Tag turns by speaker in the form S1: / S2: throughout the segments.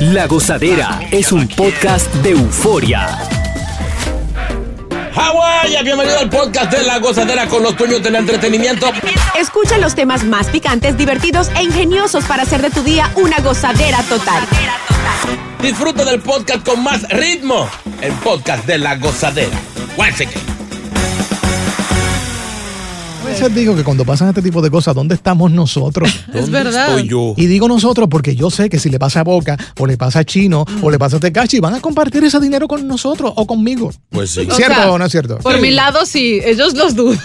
S1: La Gozadera es un podcast de euforia.
S2: Hawái, bienvenido al podcast de La Gozadera con los dueños del entretenimiento.
S3: Escucha los temas más picantes, divertidos e ingeniosos para hacer de tu día una gozadera total.
S2: Disfruta del podcast con más ritmo. El podcast de La Gozadera. Guáseque.
S4: A veces digo que cuando pasan este tipo de cosas, ¿dónde estamos nosotros?
S5: Es verdad.
S2: Soy yo.
S4: Y digo nosotros porque yo sé que si le pasa a Boca, o le pasa a Chino, o le pasa a Tecachi, van a compartir ese dinero con nosotros o conmigo.
S2: Pues sí.
S5: O
S4: ¿Cierto
S5: sea,
S4: o no es cierto?
S5: Por mi lado, sí, ellos los dudo.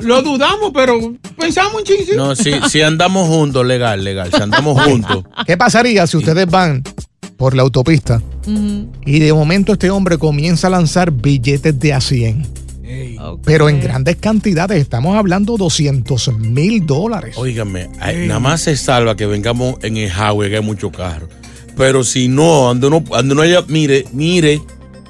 S6: Lo dudamos, pero pensamos un ching, sí.
S2: No, si, si andamos juntos, legal, legal. Si andamos juntos.
S4: ¿Qué pasaría si ustedes van por la autopista y de momento este hombre comienza a lanzar billetes de a 100? Pero en grandes cantidades, estamos hablando 200 mil dólares.
S2: Óigame, ay, nada más se salva que vengamos en el highway, que hay muchos carros. Pero si no, ando no, ando no haya, mire, mire,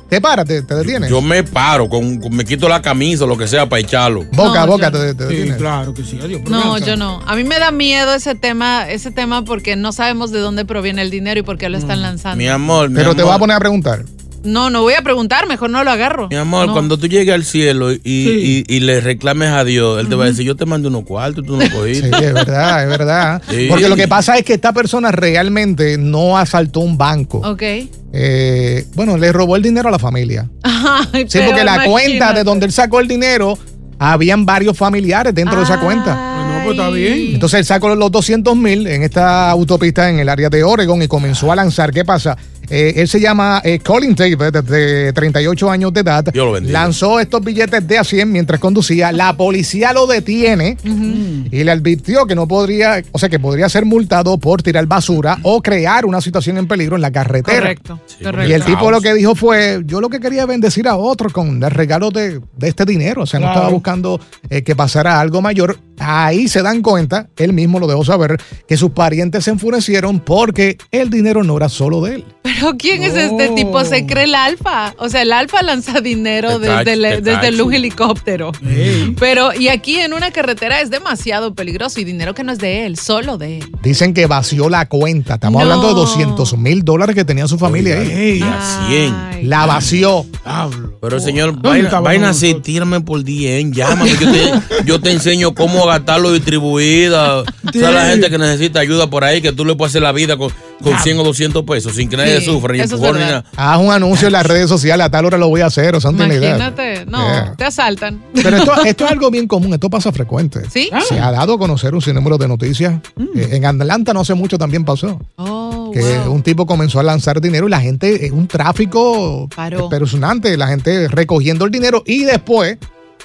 S4: Te paras, te, te detienes.
S2: yo me paro, con, con- me quito la camisa, lo que sea, para echarlo.
S4: boca,
S5: No,
S4: boca,
S5: yo-
S4: te, te
S6: Sí,
S4: detienes.
S6: claro que sí. Adiós, pero
S5: No,
S6: ven acá.
S5: yo no. A mí me da miedo ese tema, ese tema porque no sabemos de dónde proviene el dinero y por qué lo están lanzando.
S2: Mi amor, mi
S4: Pero te
S2: amor,
S4: voy a poner a preguntar.
S5: No, no voy a preguntar, mejor no lo agarro.
S2: Mi amor,
S5: No.
S2: cuando tú llegues al cielo y,
S6: Sí.
S2: y- y le reclames a Dios, Él te va a decir, yo te mandé unos cuartos, tú no los
S4: Sí,
S2: cogiste.
S4: es verdad, es verdad.
S2: Sí.
S4: Porque lo que pasa es que esta persona realmente no asaltó un banco.
S5: Ok.
S4: Eh, bueno, le robó el dinero a la familia.
S5: Ay,
S4: Sí,
S5: pero
S4: porque la
S5: imagínate.
S4: cuenta de donde él sacó el dinero, habían varios familiares dentro de esa cuenta.
S5: Ay.
S6: Bueno, pues, está bien.
S4: Entonces él sacó los 200 mil en esta autopista en el área de Oregon y comenzó a lanzar. ¿Qué pasa? Eh, él se llama eh, Colin Tape, desde 38 años de edad.
S2: Dios lo bendiga.
S4: Lanzó estos billetes de a 100 mientras conducía. La policía lo detiene y le advirtió que no podría, o sea, que podría ser multado por tirar basura o crear una situación en peligro en la carretera.
S5: Correcto,
S2: Sí,
S5: correcto.
S4: Y el tipo
S2: Caos.
S4: lo que dijo fue, yo lo que quería bendecir a otros con el regalo de, de este dinero, o sea, no
S6: Claro.
S4: estaba buscando eh, que pasara algo mayor. Ahí se dan cuenta, él mismo lo dejó saber, que sus parientes se enfurecieron porque el dinero no era solo de él.
S5: Pero ¿quién es este
S6: No.
S5: tipo? Se cree el alfa. O sea, el alfa lanza dinero
S2: Te
S5: desde,
S2: cacho,
S5: el-
S2: te
S5: desde el-
S2: cacho.
S5: un helicóptero.
S6: Ey.
S5: Pero, y aquí en una carretera es demasiado peligroso y dinero que no es de él, solo de él.
S4: Dicen que vació la cuenta, estamos
S5: No.
S4: hablando de 200 mil dólares que tenía su familia ahí.
S6: Ey,
S2: A 100.
S5: Ay.
S4: La vació.
S6: diablo.
S2: Pero señor,
S6: ¿Dónde
S2: vaina,
S6: estábamos
S2: vaina así,
S6: nosotros?
S2: tírame por 10, llámame. Yo te, yo te enseño cómo gastarlo distribuida. O sea, la
S6: Sí.
S2: gente que necesita ayuda por ahí, que tú le puedes hacer la vida con, con 100 o 200 pesos sin que nadie
S5: Sí,
S2: sufra, ni
S5: eso es
S2: empujón, ni
S5: verdad.
S2: nada.
S4: Haz un anuncio en las redes sociales, a tal hora lo voy a hacer, o sea, no tiene idea.
S5: Imagínate, no,
S4: Yeah.
S5: te asaltan.
S4: Pero esto, esto es algo bien común, esto pasa frecuente.
S5: ¿Sí?
S4: Se ha dado a conocer un sinnúmero de noticias. Eh, en Atlanta no hace mucho también pasó.
S5: Oh,
S4: Que
S5: Mm. wow.
S4: un tipo comenzó a lanzar dinero y la gente, eh, un tráfico
S5: Paró.
S4: personante, la gente recogiendo el dinero y después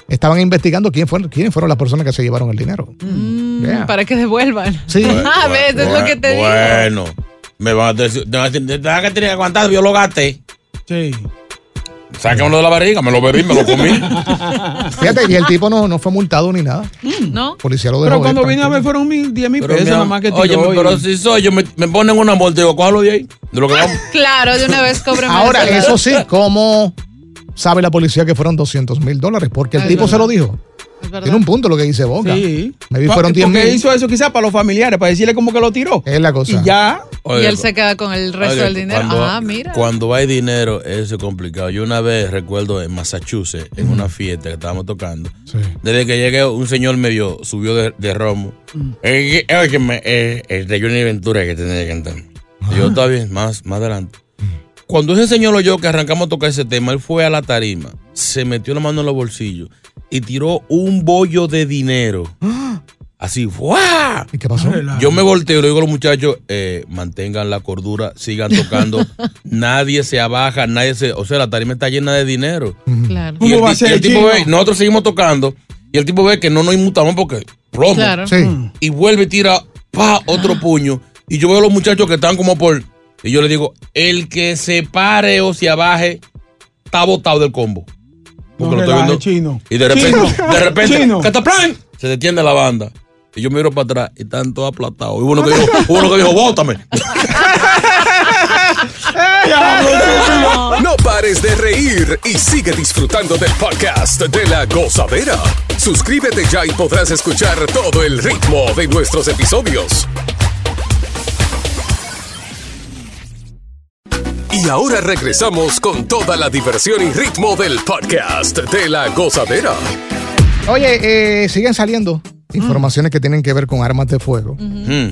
S4: estaban investigando quién fueron, quiénes fueron las personas que se llevaron el dinero.
S5: Mm,
S4: Yeah.
S5: Para que devuelvan.
S4: Sí.
S5: A veces es lo que te digo.
S2: Bueno, me van a decir, te van a decir, te vas a tener que aguantar, yo lo gasté.
S6: Sí.
S2: Sácamelo de la barriga, me lo bebí, me lo comí.
S4: Fíjate, y el tipo no, no fue multado ni nada.
S5: ¿No?
S4: El policía lo dejó.
S6: Pero
S4: ir
S6: cuando vine a
S4: tranquilo.
S6: ver fueron mil, diez mil
S2: Pero,
S6: pesos
S2: mi
S6: nada
S2: am-
S6: más que
S2: Oye,
S6: tiró,
S2: pero
S6: oye.
S2: si soy yo, me, me ponen una multa, digo, cójalo de ahí, de lo que vamos.
S5: Claro, de una vez cobran
S4: Ahora, eso sí, ¿cómo sabe la policía que fueron 200 mil dólares? Porque el
S5: Es
S4: tipo se
S5: verdad.
S4: lo dijo. Tiene un punto lo que dice Boca.
S6: Sí.
S4: Maybe
S6: Pa-
S4: fueron 10
S6: porque
S4: mil.
S6: hizo eso quizás para los familiares, para decirle como que lo tiró.
S4: Es la cosa.
S6: Y ya.
S5: Y
S2: Oye, pues,
S5: él se queda con el resto
S2: Oye,
S5: del dinero.
S2: Cuando,
S5: ah, mira.
S2: Cuando hay dinero, eso es complicado. Yo una vez recuerdo en Massachusetts, en una fiesta que estábamos tocando,
S4: Sí.
S2: desde que llegué, un señor me vio, subió de, de romo.
S5: Mm.
S2: Eh, eh, óyeme, eh, el de Johnny Ventura que tenía que cantar. Y
S5: Ah.
S2: Yo, está bien, más, más adelante.
S5: Mm.
S2: Cuando ese señor oyó que arrancamos a tocar ese tema, él fue a la tarima, se metió la mano en los bolsillos y tiró un bollo de dinero. Así, ¡guau!
S4: ¿Y qué pasó?
S2: Yo me volteo y le digo a los muchachos, eh, mantengan la cordura, sigan tocando, nadie se abaja, nadie se, o sea, la tarima está llena de dinero.
S5: Claro.
S2: y el,
S6: ¿Cómo va a
S2: ti-
S6: ser,
S2: y el tipo
S6: Gino?
S2: ve, nosotros seguimos tocando y el tipo ve que no nos inmutamos porque plomo
S5: Claro.
S6: Mm.
S4: Sí.
S6: Ah.
S2: y vuelve y tira pa otro puño y yo veo a los muchachos que están como por Y yo le digo, el que se pare o se abaje, está botado del combo. Porque
S6: No
S2: lo estoy
S6: relaje,
S2: viendo.
S6: chino.
S2: Y de repente,
S6: Chino.
S2: de repente,
S6: Chino.
S2: ¡cataplan! Se detiene la banda. Y yo miro para atrás y están todos aplastados. Y hubo uno que dijo, hubo uno que dijo, bótame.
S7: No pares de reír y sigue disfrutando del podcast de la gozadera. Suscríbete ya y podrás escuchar todo el ritmo de nuestros episodios. Y ahora regresamos con toda la diversión y ritmo del podcast de la gozadera.
S4: Oye, eh, siguen saliendo
S6: Mm.
S4: informaciones que tienen que ver con armas de fuego.
S2: Mm.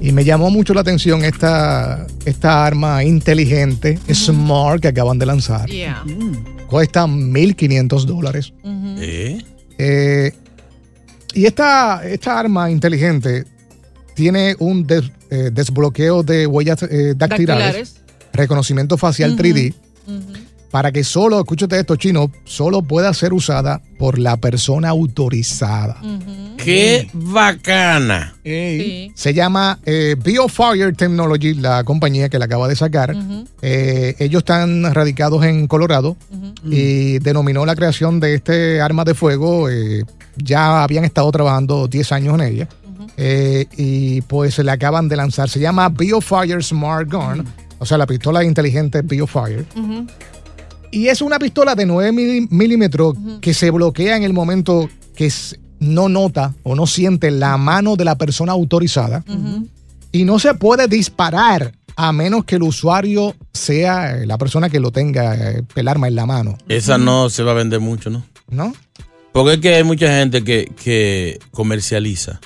S4: Y me llamó mucho la atención esta, esta arma inteligente, Smart, que acaban de lanzar.
S5: Yeah.
S4: Cuesta 1.500 dólares.
S2: ¿Eh?
S4: Eh, y esta, esta arma inteligente tiene un des- eh, desbloqueo de huellas eh, dactilares,
S5: Dactilares.
S4: reconocimiento facial 3D, para que solo, escúchate esto chino, solo pueda ser usada por la persona autorizada.
S2: ¡Qué bacana!
S6: Ey.
S5: Sí.
S4: Se llama eh, BioFire Technology, la compañía que la acaba de sacar. Eh, ellos están radicados en Colorado y denominó la creación de este arma de fuego. eh, ya habían estado trabajando 10 años en ella. Eh, y pues se le acaban de lanzar. Se llama BioFire Smart Gun, o sea, la pistola inteligente BioFire. Y es una pistola de 9 mili- milímetros que se bloquea en el momento que s- no nota o no siente la mano de la persona autorizada. Y no se puede disparar a menos que el usuario sea eh, la persona que lo tenga eh, el arma en la mano,
S2: Esa no se va a vender mucho, ¿no?
S4: ¿no?
S2: Porque es que hay mucha gente que, que comercializa,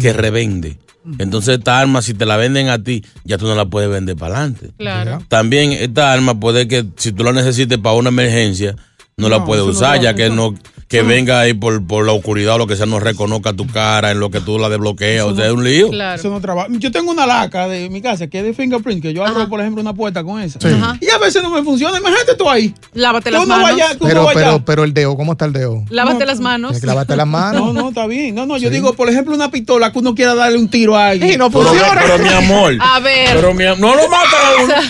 S2: que revende. Entonces esta arma, si te la venden a ti, ya tú no la puedes vender para adelante.
S5: Claro.
S2: También esta arma puede que, si tú la necesites para una emergencia, no, la
S6: No,
S2: puedes
S6: eso no
S2: usar,
S6: lo-
S2: ya que
S6: eso-
S2: no que venga ahí por, por la oscuridad o lo que sea, no reconozca tu cara en lo que tú la desbloqueas. O sea, es un lío.
S5: Claro.
S6: Eso no trabaja. Yo tengo una laca de mi casa que es de fingerprint, que yo abro, por ejemplo, una puerta con esa.
S5: Ajá.
S6: Y a veces no me funciona. Imagínate tú ahí.
S5: Lávate
S6: Tú
S5: las
S6: no
S5: manos.
S6: vayas, tú
S4: Pero,
S6: no vayas.
S4: pero, pero el dedo, ¿cómo está el dedo?
S5: Lávate las manos.
S4: Tienes que lavarte las manos.
S6: No, no, está bien. No, no, yo digo, por ejemplo, una pistola que uno quiera darle un tiro a alguien.
S4: Y no
S2: Pero,
S4: funciona.
S2: pero, mi amor.
S5: A ver.
S2: Pero mi am- No lo matan.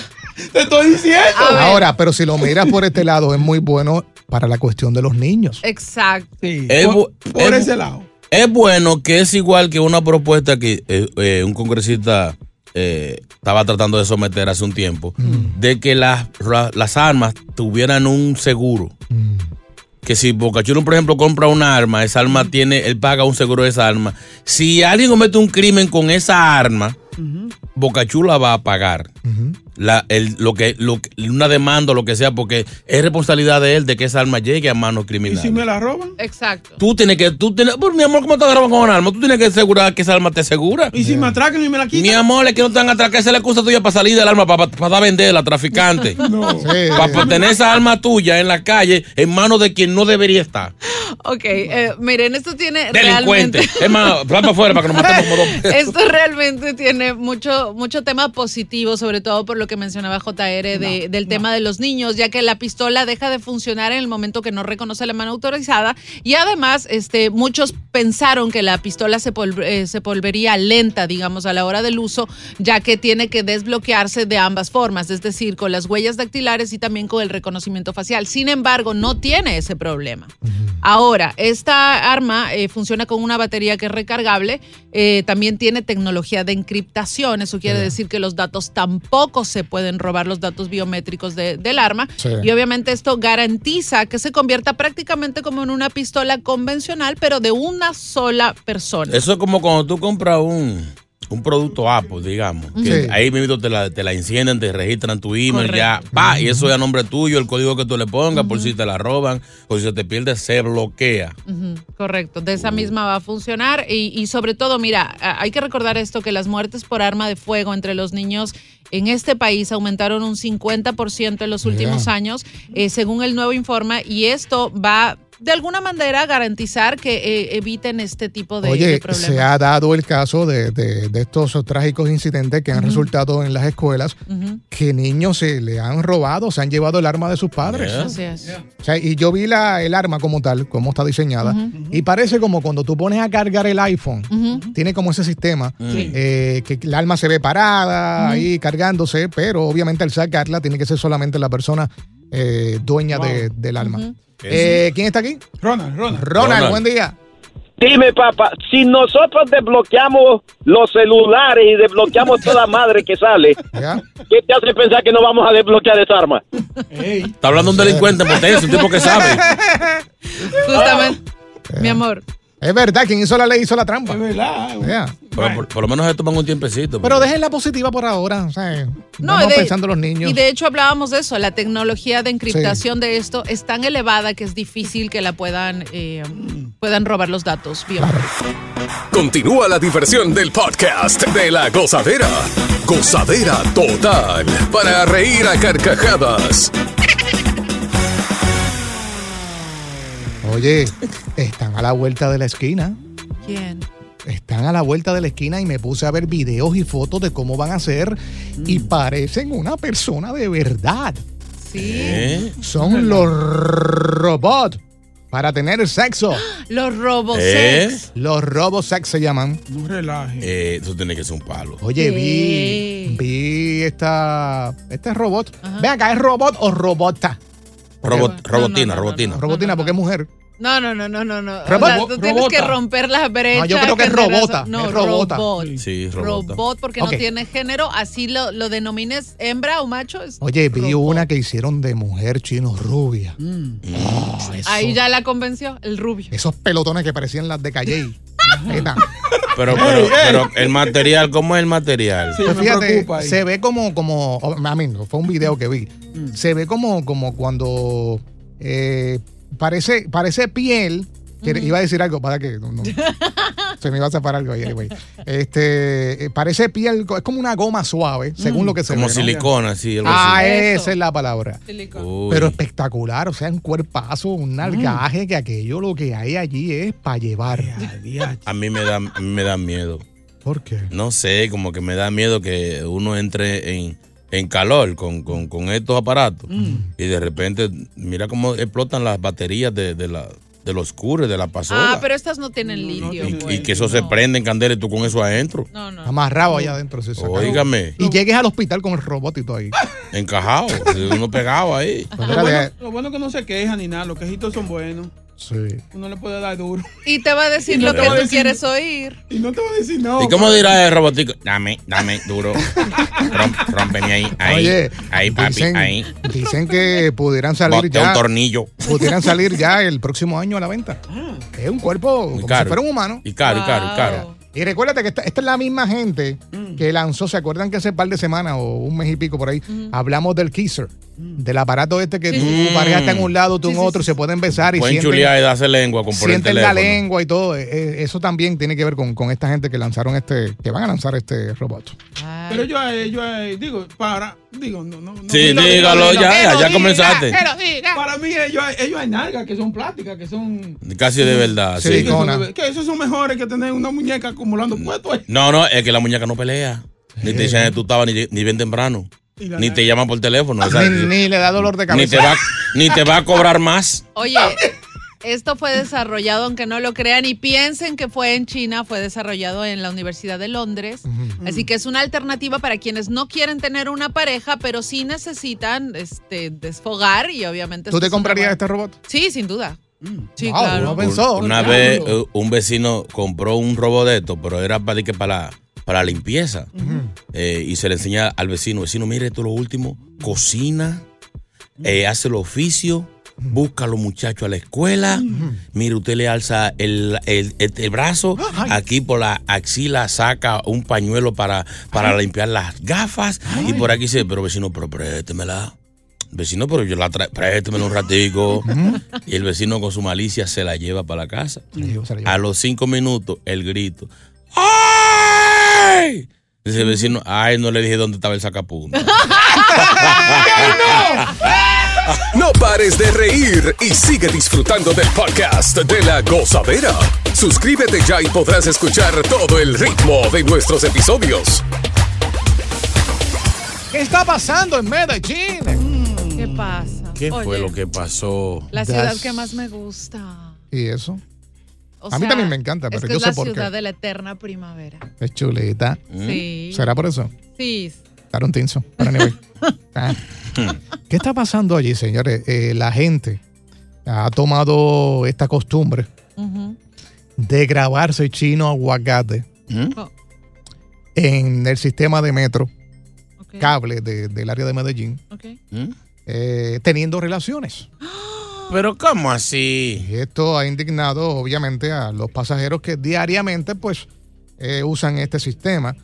S6: Te estoy diciendo.
S5: A ver.
S4: Ahora, pero si lo miras por este lado, es muy bueno para la cuestión de los niños.
S5: Exacto.
S6: Sí,
S2: Es
S6: por,
S2: bu-
S6: por
S2: es
S6: ese
S2: bu-
S6: lado.
S2: Es bueno que es igual que una propuesta que eh, eh, un congresista eh, estaba tratando de someter hace un tiempo, de que las, ra- las armas tuvieran un seguro. Que si Bocachulo, por ejemplo, compra una arma, esa arma tiene, él paga un seguro de esa arma. Si alguien comete un crimen con esa arma, Bocachula va a pagar la- el- lo que, lo que- una demanda o lo que sea, porque es responsabilidad de él de que esa arma llegue a manos
S6: ¿Y
S2: criminales.
S6: si me la roban?
S5: Exacto.
S2: Tú tienes que, tú tienes, por mi amor, ¿cómo te agarran con un arma? Tú tienes que asegurar que esa arma te asegura.
S6: ¿Y si me atracan y me la quitan?
S2: Mi amor, es que no te han atracado. Esa es la excusa tuya para salir del arma, para, para, dar a venderla, traficante.
S6: No.
S4: Sí.
S2: Para tener esa arma tuya en la calle, en manos de quien no debería estar.
S5: Ok, eh, miren, esto tiene
S2: Delincuente.
S5: realmente...
S2: Es más, plan para afuera para que nos matemos como dos. perros.
S5: Esto realmente tiene mucho, mucho tema positivo, sobre todo por lo que mencionaba JR de- del tema de los niños, ya que la pistola deja de funcionar en el momento que no reconoce la mano autorizada. Y además, este, muchos pensaron que la pistola se, pol- eh, se volvería lenta, digamos, a la hora del uso, ya que tiene que desbloquearse de ambas formas, es decir, con las huellas dactilares y también con el reconocimiento facial. Sin embargo, no tiene ese problema. Ahora, esta arma eh, funciona con una batería que es recargable. eh, también tiene tecnología de encriptación. Eso quiere decir que los datos tampoco se pueden robar, los datos biométricos de- del arma.
S4: Sí.
S5: Y obviamente esto garantiza que se convierta prácticamente como en una pistola convencional, pero de una sola persona.
S2: Eso es como cuando tú compras un, un producto Apple, digamos. Que
S4: Sí.
S2: Ahí mismo te la, te la encienden, te registran tu email,
S5: Correcto.
S2: ya, pa, y eso es a nombre tuyo, el código que tú le pongas, por si te la roban o si se te pierde, se bloquea.
S5: Ujú, Correcto, de esa misma va a funcionar y, y sobre todo, mira, a- hay que recordar esto, que las muertes por arma de fuego entre los niños en este país aumentaron un 50% en los últimos años, eh, según el nuevo informe, y esto va de alguna manera garantizar que eh, eviten este tipo de, de
S4: Oye,
S5: problemas.
S4: se ha dado el caso de, de- de estos trágicos incidentes que han resultado en las escuelas,
S5: Ujú.
S4: que niños se le han robado, se han llevado el arma de sus padres.
S2: Yeah.
S5: Así es.
S4: O sea, y yo vi la, el arma como tal, cómo está diseñada, y parece como cuando tú pones a cargar el iPhone, tiene como ese sistema, eh, que el arma se ve parada ahí cargándose, pero obviamente al sacarla tiene que ser solamente la persona eh, dueña de- del arma. Eh, ¿Quién está aquí?
S6: Ronald, Ronald.
S4: Ronald,
S2: Ronald.
S4: buen día.
S8: Dime, papá, si nosotros desbloqueamos los celulares y desbloqueamos toda madre que sale,
S4: Ya.
S8: ¿qué te hace pensar que no vamos a desbloquear esa arma?
S6: Ey,
S2: Está hablando un delincuente en potencia, un tipo que sabe.
S5: Justamente.
S4: Ah.
S5: Mi amor.
S4: Es verdad, quien hizo la ley hizo la trampa.
S6: es verdad.
S4: Ya.
S2: Pero por, por lo menos se toman un tiempecito.
S4: Pero dejen la positiva por ahora. O sea, no,
S5: y de-
S4: pensando en los niños.
S5: Y de hecho hablábamos de eso, la tecnología de encriptación de esto es tan elevada que es difícil que la puedan, eh, puedan robar los datos. Bien.
S7: Continúa la diversión del podcast de la gozadera. Gozadera total para reír a carcajadas.
S4: Oye, están a la vuelta de la esquina.
S5: ¿Quién?
S4: Están a la vuelta de la esquina y me puse a ver videos y fotos de cómo van a ser y parecen una persona de verdad.
S5: Sí.
S2: ¿Eh?
S4: Son los robots para tener sexo.
S5: Los robos.
S2: ¿Eh?
S4: Los robots sex se llaman.
S6: No relaje.
S2: Eh, eso tiene que ser un palo.
S4: Oye, vi,
S5: Sí.
S4: vi esta, este robot. Ve acá, ¿es robot o robota?
S2: Robot-
S5: No,
S2: robotina,
S5: no, no, no,
S2: robotina.
S5: no.
S4: Robotina, porque es mujer.
S5: No, no, no, no, no, no. O
S4: Robot-
S5: sea, tú tienes
S6: robota.
S5: que romper las brechas.
S4: No, yo creo que es
S5: generacional-
S4: robota,
S5: No,
S4: es robota.
S5: robot.
S2: Sí, robota.
S5: Robot porque
S4: Ok.
S5: no tiene género, así lo, lo denomines hembra o macho. es
S4: Oye, vi
S5: robot. Mm.
S4: una que hicieron de mujer chino rubia. Ah, eso-
S5: Ahí ya la convenció, el rubio.
S4: Esos pelotones que parecían las de Calle. Neta.
S2: Pero, pero, pero el material, ¿cómo es el material?
S6: Sí,
S4: Pues
S6: me
S4: fíjate,
S6: preocupa ahí.
S4: se ve como, como, oh, a mí no, fue un video que vi.
S6: Mm.
S4: Se ve como, como cuando eh, parece, parece piel. que Iba a decir algo para que no, no. se me iba a zafar algo ahí, anyway. Este, eh, parece piel, co- es como una goma suave, según lo que se ve.
S2: Como
S4: ¿no?
S2: silicona, sí, algo
S4: Ah,
S5: Eso.
S4: esa es la palabra.
S2: así. Uy.
S4: Pero espectacular, o sea, un cuerpazo,
S6: Mm.
S4: un nalgaje, que aquello lo que hay allí es para llevar.
S2: a mí me da, a mí me da miedo.
S4: ¿Por qué?
S2: No sé, como que me da miedo que uno entre en, en calor con, con- con estos aparatos. Y de repente, mira cómo explotan las baterías de, de la, de los cures, de la pasola.
S5: Ah, pero estas no tienen litio.
S2: y,
S5: güey.
S2: y que eso se
S5: No.
S2: prende en candela y tú con eso adentro.
S5: No, no.
S4: Amarrado allá adentro. se saca.
S2: Óigame,
S4: Y llegues al hospital con el robotito ahí.
S2: encajado, uno pegado ahí.
S4: Pues
S6: Lo bueno,
S4: espérate,
S6: lo bueno que no se queja ni nada, los quejitos son buenos.
S4: sí.
S6: Uno le puede dar duro.
S5: Y te va a decir
S6: Y
S5: lo
S6: te
S5: que
S6: va a
S5: tú
S6: decir-
S5: quieres oír.
S6: Y no te voy a decir no.
S2: ¿Y cómo dirá el robotico? Dame, dame, duro. Rom- Rómpeme ahí, ahí.
S4: Oye,
S2: ahí, papi,
S4: dicen,
S2: ahí.
S4: dicen que pudieran salir
S2: Boté un
S4: ya.
S2: tornillo.
S4: Pudieran salir ya el próximo año a la venta.
S5: Ah.
S4: Es un cuerpo como si
S2: caro.
S4: fuera un humano.
S2: Y caro, y caro, y caro.
S5: Wow.
S4: Y recuérdate que esta, esta es la misma gente
S5: Mm.
S4: que lanzó, ¿se acuerdan que hace par de semanas o un mes y pico por ahí?
S5: Mm.
S4: Hablamos del kisser, del aparato este que
S5: Sí,
S4: tu
S5: sí,
S2: sí.
S4: pareja está en un lado, tú
S5: Mm. Sí,
S4: en
S5: sí,
S4: otro,
S5: sí,
S4: se pueden besar y
S2: Pueden
S4: sienten,
S2: chulear y darse lengua con por el
S4: sienten la
S2: teléfono.
S4: lengua y todo. Eh, eh, Eso también tiene que ver con, con esta gente que lanzaron este, que van a lanzar este robot.
S5: Ay.
S6: Pero yo a él, yo a él, digo, para, digo, no, no. no
S2: Sí,
S6: no,
S2: dígalo
S6: no, no,
S2: ya,
S5: Pero
S2: ya
S5: diga,
S2: comenzaste.
S5: pero diga.
S6: Para mí ellos, ellos hay nalgas que son plásticas, que son...
S2: Casi de verdad,
S4: Mm. Sí,
S2: sí.
S6: que, son-
S4: Silicona.
S6: que esos son mejores que tener una muñeca acumulando
S2: Mm.
S6: puestos ahí.
S2: No, no, es que la muñeca no pelea. Ni te dicen que tú estabas ni, ni bien temprano.
S6: Y la
S2: Ni te llaman por teléfono. o sea,
S4: Ni, ni le da dolor de
S2: ni te
S4: cabeza.
S2: va, ni te va a cobrar más.
S5: Oye, esto fue desarrollado, aunque no lo crean y piensen que fue en China, fue desarrollado en la Universidad de Londres. Así que es una alternativa para quienes no quieren tener una pareja, pero sí necesitan este, desfogar y obviamente...
S4: ¿Tú
S5: esto
S4: te
S5: es una
S4: comprarías
S5: buena-
S4: este robot?
S5: Sí, sin duda. Sí,
S4: Wow,
S5: claro.
S4: no pensó.
S2: Una vez eh, un vecino compró un robot de esto, pero era para, que para, para limpieza. Eh, y se le enseña al vecino, vecino, mire, esto es lo último, cocina, eh, hace el oficio, busca a los muchachos a la escuela, mire, usted le alza el, el- el- el brazo, aquí por la axila saca un pañuelo para, para limpiar las gafas, y por aquí dice, pero vecino, pero préstemela. Vecino, pero yo la traigo, préstemela un ratico. y el vecino con su malicia se la lleva para la casa.
S4: Sí, se la llevo.
S2: A los cinco minutos, el grito. ¡Ay! Dice el vecino, ay, no le dije dónde estaba el sacapunta.
S7: No pares de reír y sigue disfrutando del podcast de la gozadera. Suscríbete ya y podrás escuchar todo el ritmo de nuestros episodios.
S4: ¿Qué está pasando en Medellín?
S5: ¿Qué pasa?
S2: ¿Qué fue
S5: Oye,
S2: lo que pasó?
S5: La ciudad
S4: Das-
S5: que más me gusta.
S4: Y eso,
S5: O
S4: A mí también me encanta,
S5: es
S4: pero
S5: que
S4: yo
S5: es
S4: sé
S5: la
S4: por qué.
S5: ciudad de la eterna primavera.
S4: es chuleta.
S2: ¿Mm?
S5: Sí.
S4: ¿Será por eso?
S5: Sí.
S4: Dar un tinso. Pero anyway. Ah. ¿Qué está pasando allí, señores? Eh, la gente ha tomado esta costumbre
S5: Ujú.
S4: de grabarse chino aguacate
S2: ¿Mm?
S4: en el sistema de metro,
S5: Ok,
S4: cable de- del área de Medellín,
S5: ok.
S2: ¿Mm?
S4: eh, teniendo relaciones.
S2: Pero ¿cómo así?
S4: Y esto ha indignado obviamente a los pasajeros que diariamente pues eh, usan este sistema.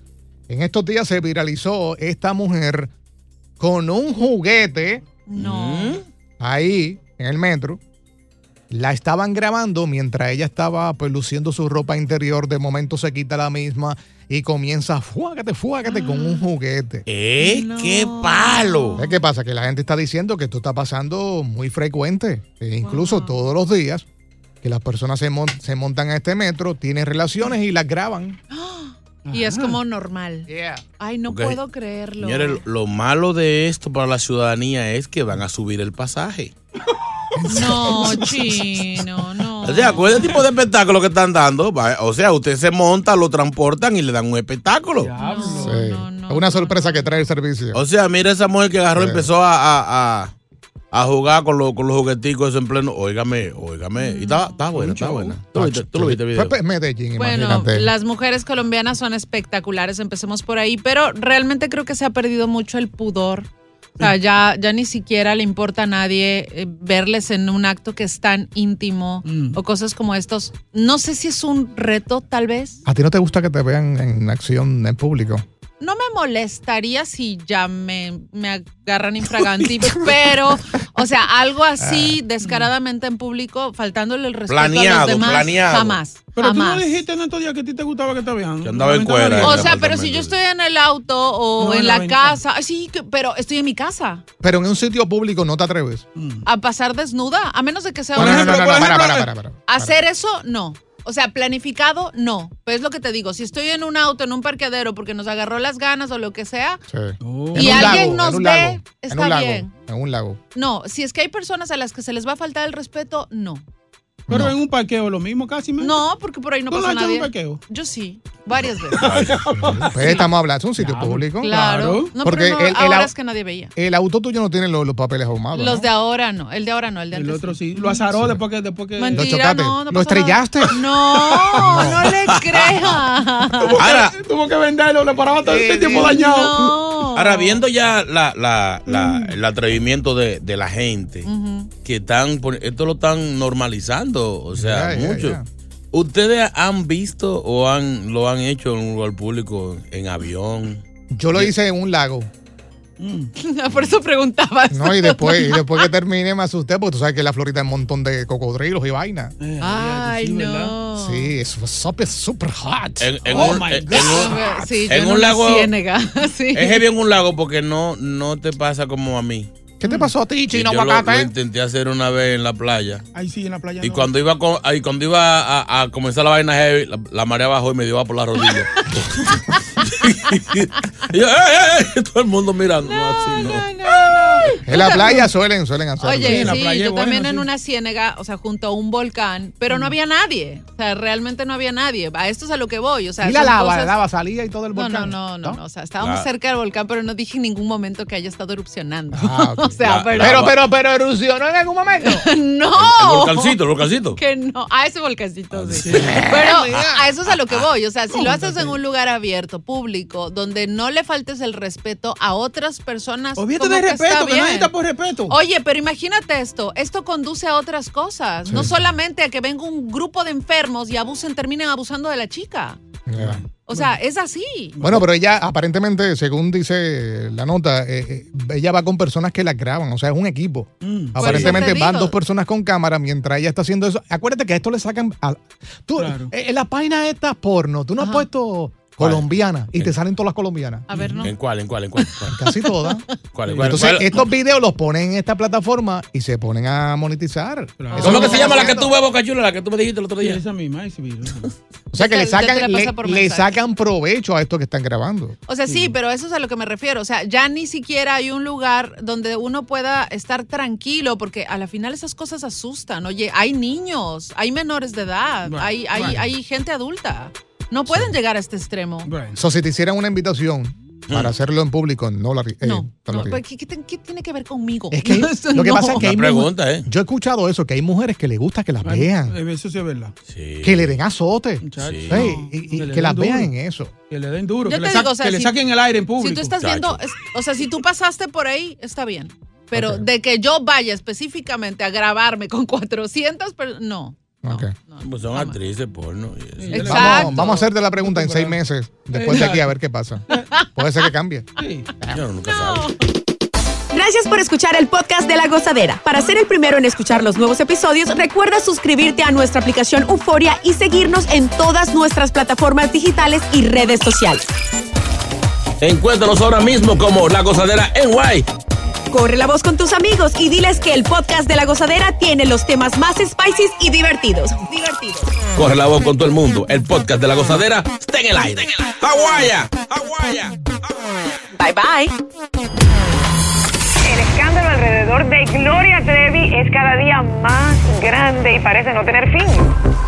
S4: En estos días se viralizó esta mujer con un juguete
S2: ¿Mm?
S5: No.
S4: ahí en el metro. La estaban grabando mientras ella estaba pues luciendo su ropa interior. De momento se quita la misma y comienza fuágate, fuágate con un juguete.
S2: ¿Eh?
S5: No.
S2: ¡Qué palo!
S4: ¿Sabes ¿Qué pasa? Que la gente está diciendo que esto está pasando muy frecuente, e incluso
S5: Wow.
S4: todos los días, que las personas se, mon- se montan a este metro, tienen relaciones y las graban.
S5: Y es como normal. Ay, no
S2: Ok.
S5: puedo creerlo.
S2: Señores, lo- lo malo de esto para la ciudadanía es que van a subir el pasaje.
S5: No, chino, no.
S2: O sea, ¿cuál es el tipo de espectáculo que están dando? Va- O sea, usted se monta, lo transportan y le dan un espectáculo.
S5: No,
S4: Sí.
S5: no, no,
S4: Es una
S5: no,
S4: sorpresa
S5: no.
S4: que trae el servicio.
S2: O sea, mira esa mujer que agarró y
S4: Sí.
S2: empezó a, a- a- a jugar con, lo- con los jugueticos eso en pleno. Óigame, óigame. Y está, está buena, está buena. Tú lo viste, tú lo viste el video.
S4: Fue, pues, Medellín,
S5: Bueno,
S4: imagínate.
S5: las mujeres colombianas son espectaculares, empecemos por ahí, pero realmente creo que se ha perdido mucho el pudor. O sea, ya, ya ni siquiera le importa a nadie eh, verles en un acto que es tan íntimo
S2: Mm.
S5: o cosas como estos. No sé si es un reto, tal vez.
S4: ¿A ti no te gusta que te vean en acción en público?
S5: No me molestaría si ya me, me agarran infraganti, pero, o sea, algo
S4: Ah.
S5: así descaradamente en público, faltándole el respeto a
S2: Planeado,
S5: los demás,
S2: planeado.
S5: jamás.
S6: Pero tú no
S5: jamás.
S6: dijiste en estos días que a ti te gustaba que te vean.
S2: Que andaba en cuera.
S5: O
S2: en
S5: sea,
S2: el
S5: pero si
S2: apartamento.
S5: yo estoy en el auto o
S6: No,
S5: en
S6: en
S5: la
S6: la ventana.
S5: casa, ay, sí, que- pero estoy en mi casa
S4: Pero en un sitio público no te atreves.
S5: a pasar desnuda, a menos de que sea
S4: No, no, no,
S5: una-
S4: no, no,
S6: ejemplo, por
S4: para,
S6: ejemplo,
S4: para, para, para.
S5: hacer eso, no. O sea, planificado, no. Pues es lo que te digo, si estoy en un auto, en un parqueadero, porque nos agarró las ganas o lo que sea,
S4: Sí.
S6: Oh.
S4: En
S5: Y
S4: un
S5: alguien nos
S4: en un
S5: ve,
S4: lago, en
S5: está
S4: un lago,
S5: bien.
S4: En un lago.
S5: no. Si es que hay personas a las que se les va a faltar el respeto, no.
S6: Pero
S4: No.
S6: en un parqueo lo mismo casi. man.
S5: No, porque por ahí ¿Eh? no
S6: ¿Tú lo
S5: pasa
S6: has hecho en
S5: nadie.
S6: un parqueo?
S5: Yo sí, varias veces.
S4: Pues estamos hablando, es un sitio público.
S5: Claro. No,
S4: Porque
S5: pero no,
S4: el- el
S5: ahora
S4: au- Ah,
S5: es que nadie veía.
S4: El auto tuyo no tiene los, los papeles ahumados.
S5: Los
S4: ¿no?
S5: de ahora no, el de ahora no, el de antes.
S6: El
S5: sí.
S6: otro sí. Lo azaró después que. Después que
S4: Lo
S5: Mentira,
S4: chocaste.
S5: no, no
S4: lo
S5: pasó nada.
S4: estrellaste.
S5: No, no, le creas.
S6: Tuvo que-
S2: Ahora- Eh,
S6: Tuvo que venderlo, le paraba todo este tiempo dañado.
S5: No.
S2: Ahora, viendo ya la, la- la-
S4: Mm.
S2: el atrevimiento de, de la gente, que están, pon- esto lo están normalizando, o sea,
S4: Ya, ya,
S2: mucho.
S4: ya.
S2: ¿Ustedes han visto o han lo han hecho en un lugar público, en avión?
S4: Yo lo hice en un lago.
S5: Por eso preguntabas.
S4: No, y después, y después que termine me asusté, porque tú sabes que en la Florida hay un montón de cocodrilos y vaina.
S5: Ay, no.
S4: Sí, es súper, súper hot.
S2: En, en
S6: Oh
S2: un,
S6: my
S2: en- en
S5: No,
S2: un-
S5: ve- Ah, sí, yo
S2: en
S5: no
S2: un
S5: nací
S2: lago-
S5: en Ega, sí.
S2: es heavy en un lago porque no, no te pasa como a mí.
S4: ¿Qué
S5: Mm.
S4: te pasó a ti,
S2: Que
S4: chino
S2: yo lo, lo
S4: aguacate?
S2: intenté hacer una vez en la playa.
S6: Ahí sí, en la playa.
S2: Y
S6: no.
S2: cuando iba, con- ahí cuando iba a, a comenzar la vaina heavy, la, la marea bajó y me dio por la rodilla. Y yo, "Ey, ey, ey", todo el mundo mirando. No, así, no.
S5: No, no, no.
S4: En la playa suelen, suelen hacerlo.
S5: Oye,
S6: en la
S5: sí,
S6: playa,
S5: yo
S6: bueno,
S5: también en
S6: sí.
S5: una ciénega, o sea, junto a un volcán, pero no
S4: Mm.
S5: había nadie. O sea, realmente no había nadie. A esto es a lo que voy. O sea,
S4: y la
S5: son
S4: lava,
S5: cosas-
S4: la lava salía y todo el
S5: No, no,
S4: volcán.
S5: no, no, no. O sea, estábamos
S2: La-
S5: cerca del volcán, pero no dije en ningún momento que haya estado erupcionando.
S4: Ah, ok.
S5: o sea,
S2: La-
S5: pero.
S4: Pero, pero, pero erupcionó en algún momento.
S2: El
S5: ¡No!
S2: volcancito, el volcancito.
S5: Que no, a ese
S4: Ah,
S5: volcancito sí. Pero a, a eso es a lo que voy. O sea, si lo haces en un lugar abierto, público, donde no le faltes el respeto a otras personas.
S6: Olvídate
S5: como
S6: de
S5: que está
S6: respeto, que nadie
S5: bien.
S6: está por respeto.
S5: Oye, pero imagínate esto, esto conduce a otras cosas, no
S4: Sí.
S5: solamente a que venga un grupo de enfermos y abusen, terminen abusando de la chica.
S4: Ya.
S5: O sea, es así.
S4: Bueno, pero ella aparentemente, según dice la nota, eh, eh, ella va con personas que la graban, o sea, es un equipo.
S6: Mm.
S4: Aparentemente
S5: Por eso te
S4: van
S5: digo.
S4: dos personas con cámara mientras ella está haciendo eso. Acuérdate que a esto le sacan... a- tú,
S6: Claro.
S4: eh, en las páginas estas porno, tú no
S5: Ajá.
S4: has puesto colombiana.
S2: Eh.
S4: Y te salen todas las colombianas.
S5: A ver, ¿no?
S2: ¿En cuál? ¿En cuál? ¿En cuál? ¿Cuál?
S4: Casi todas.
S2: ¿Cuál? ¿Cuál?
S4: Entonces,
S2: ¿Cuál?
S4: estos videos los ponen en esta plataforma y se ponen a monetizar. Eso
S2: ¿Cómo
S4: es
S2: que se
S4: están
S2: llama la que
S4: haciendo.
S2: tú ves, Boca Chula, la que tú me dijiste el otro
S6: Y
S2: día?
S6: esa misma, ese video.
S4: O sea, que
S5: Te-
S4: le
S5: te la
S4: sacan,
S5: pasa
S4: le,
S5: por
S4: le
S5: mensaje.
S4: sacan provecho a esto que están grabando.
S5: O sea, sí, pero eso es a lo que me refiero. O sea, ya ni siquiera hay un lugar donde uno pueda estar tranquilo, porque a la final esas cosas asustan. Oye, hay niños, hay menores de edad,
S6: Bueno,
S5: hay, hay,
S6: bueno.
S5: hay gente adulta. No pueden llegar a este extremo.
S6: Bueno.
S4: So, si te hicieran una invitación
S2: Mm.
S4: para hacerlo en público, no la ri- eh,
S5: no,
S4: te la
S5: no,
S4: ri-
S5: pues, ¿qué, qué te- qué tiene que ver conmigo?
S4: Es que
S5: Eso
S4: lo que
S5: no.
S4: pasa es que
S2: Una
S4: hay
S2: pregunta, ¿eh?
S4: Yo he escuchado eso, que hay mujeres que les gusta que las vean,
S6: Eh, Eso sí es verdad.
S2: Sí.
S4: que le den azote.
S6: Muchachos.
S2: Sí.
S4: Ey, y- y
S6: Que le
S4: que las
S6: den
S4: vean eh.
S6: duro.
S4: en eso.
S6: Que le den duro.
S5: Yo te
S6: que le, sa-
S5: digo, o sea,
S6: que le
S5: si-
S6: saquen el aire en público.
S5: Si tú estás
S2: Chacho.
S5: viendo, es- o sea, si tú pasaste por ahí, está bien. Pero de que yo vaya específicamente a grabarme con 400, pero no. no,
S4: Ok.
S5: no,
S2: Pues son
S5: jamás.
S2: actrices porno. y eso.
S6: Exacto.
S4: Vamos, vamos a hacerte la pregunta en seis meses, después de aquí, a ver qué pasa. Puede ser que cambie.
S6: Sí.
S2: Yo nunca sabe.
S3: Gracias por escuchar el podcast de La Gozadera. Para ser el primero en escuchar los nuevos episodios, recuerda suscribirte a nuestra aplicación Euforia y seguirnos en todas nuestras plataformas digitales y redes sociales.
S2: Encuéntranos ahora mismo como La Gozadera en Guay.
S3: Corre la voz con tus amigos y diles que el podcast de La Gozadera tiene los temas más spicy y divertidos. Divertidos.
S2: Corre la voz con todo el mundo. El podcast de La Gozadera está en el aire. ¡Aguaya! ¡Aguaya!
S3: Bye bye.
S9: El escándalo alrededor de Gloria Trevi es cada día más grande y parece no tener fin.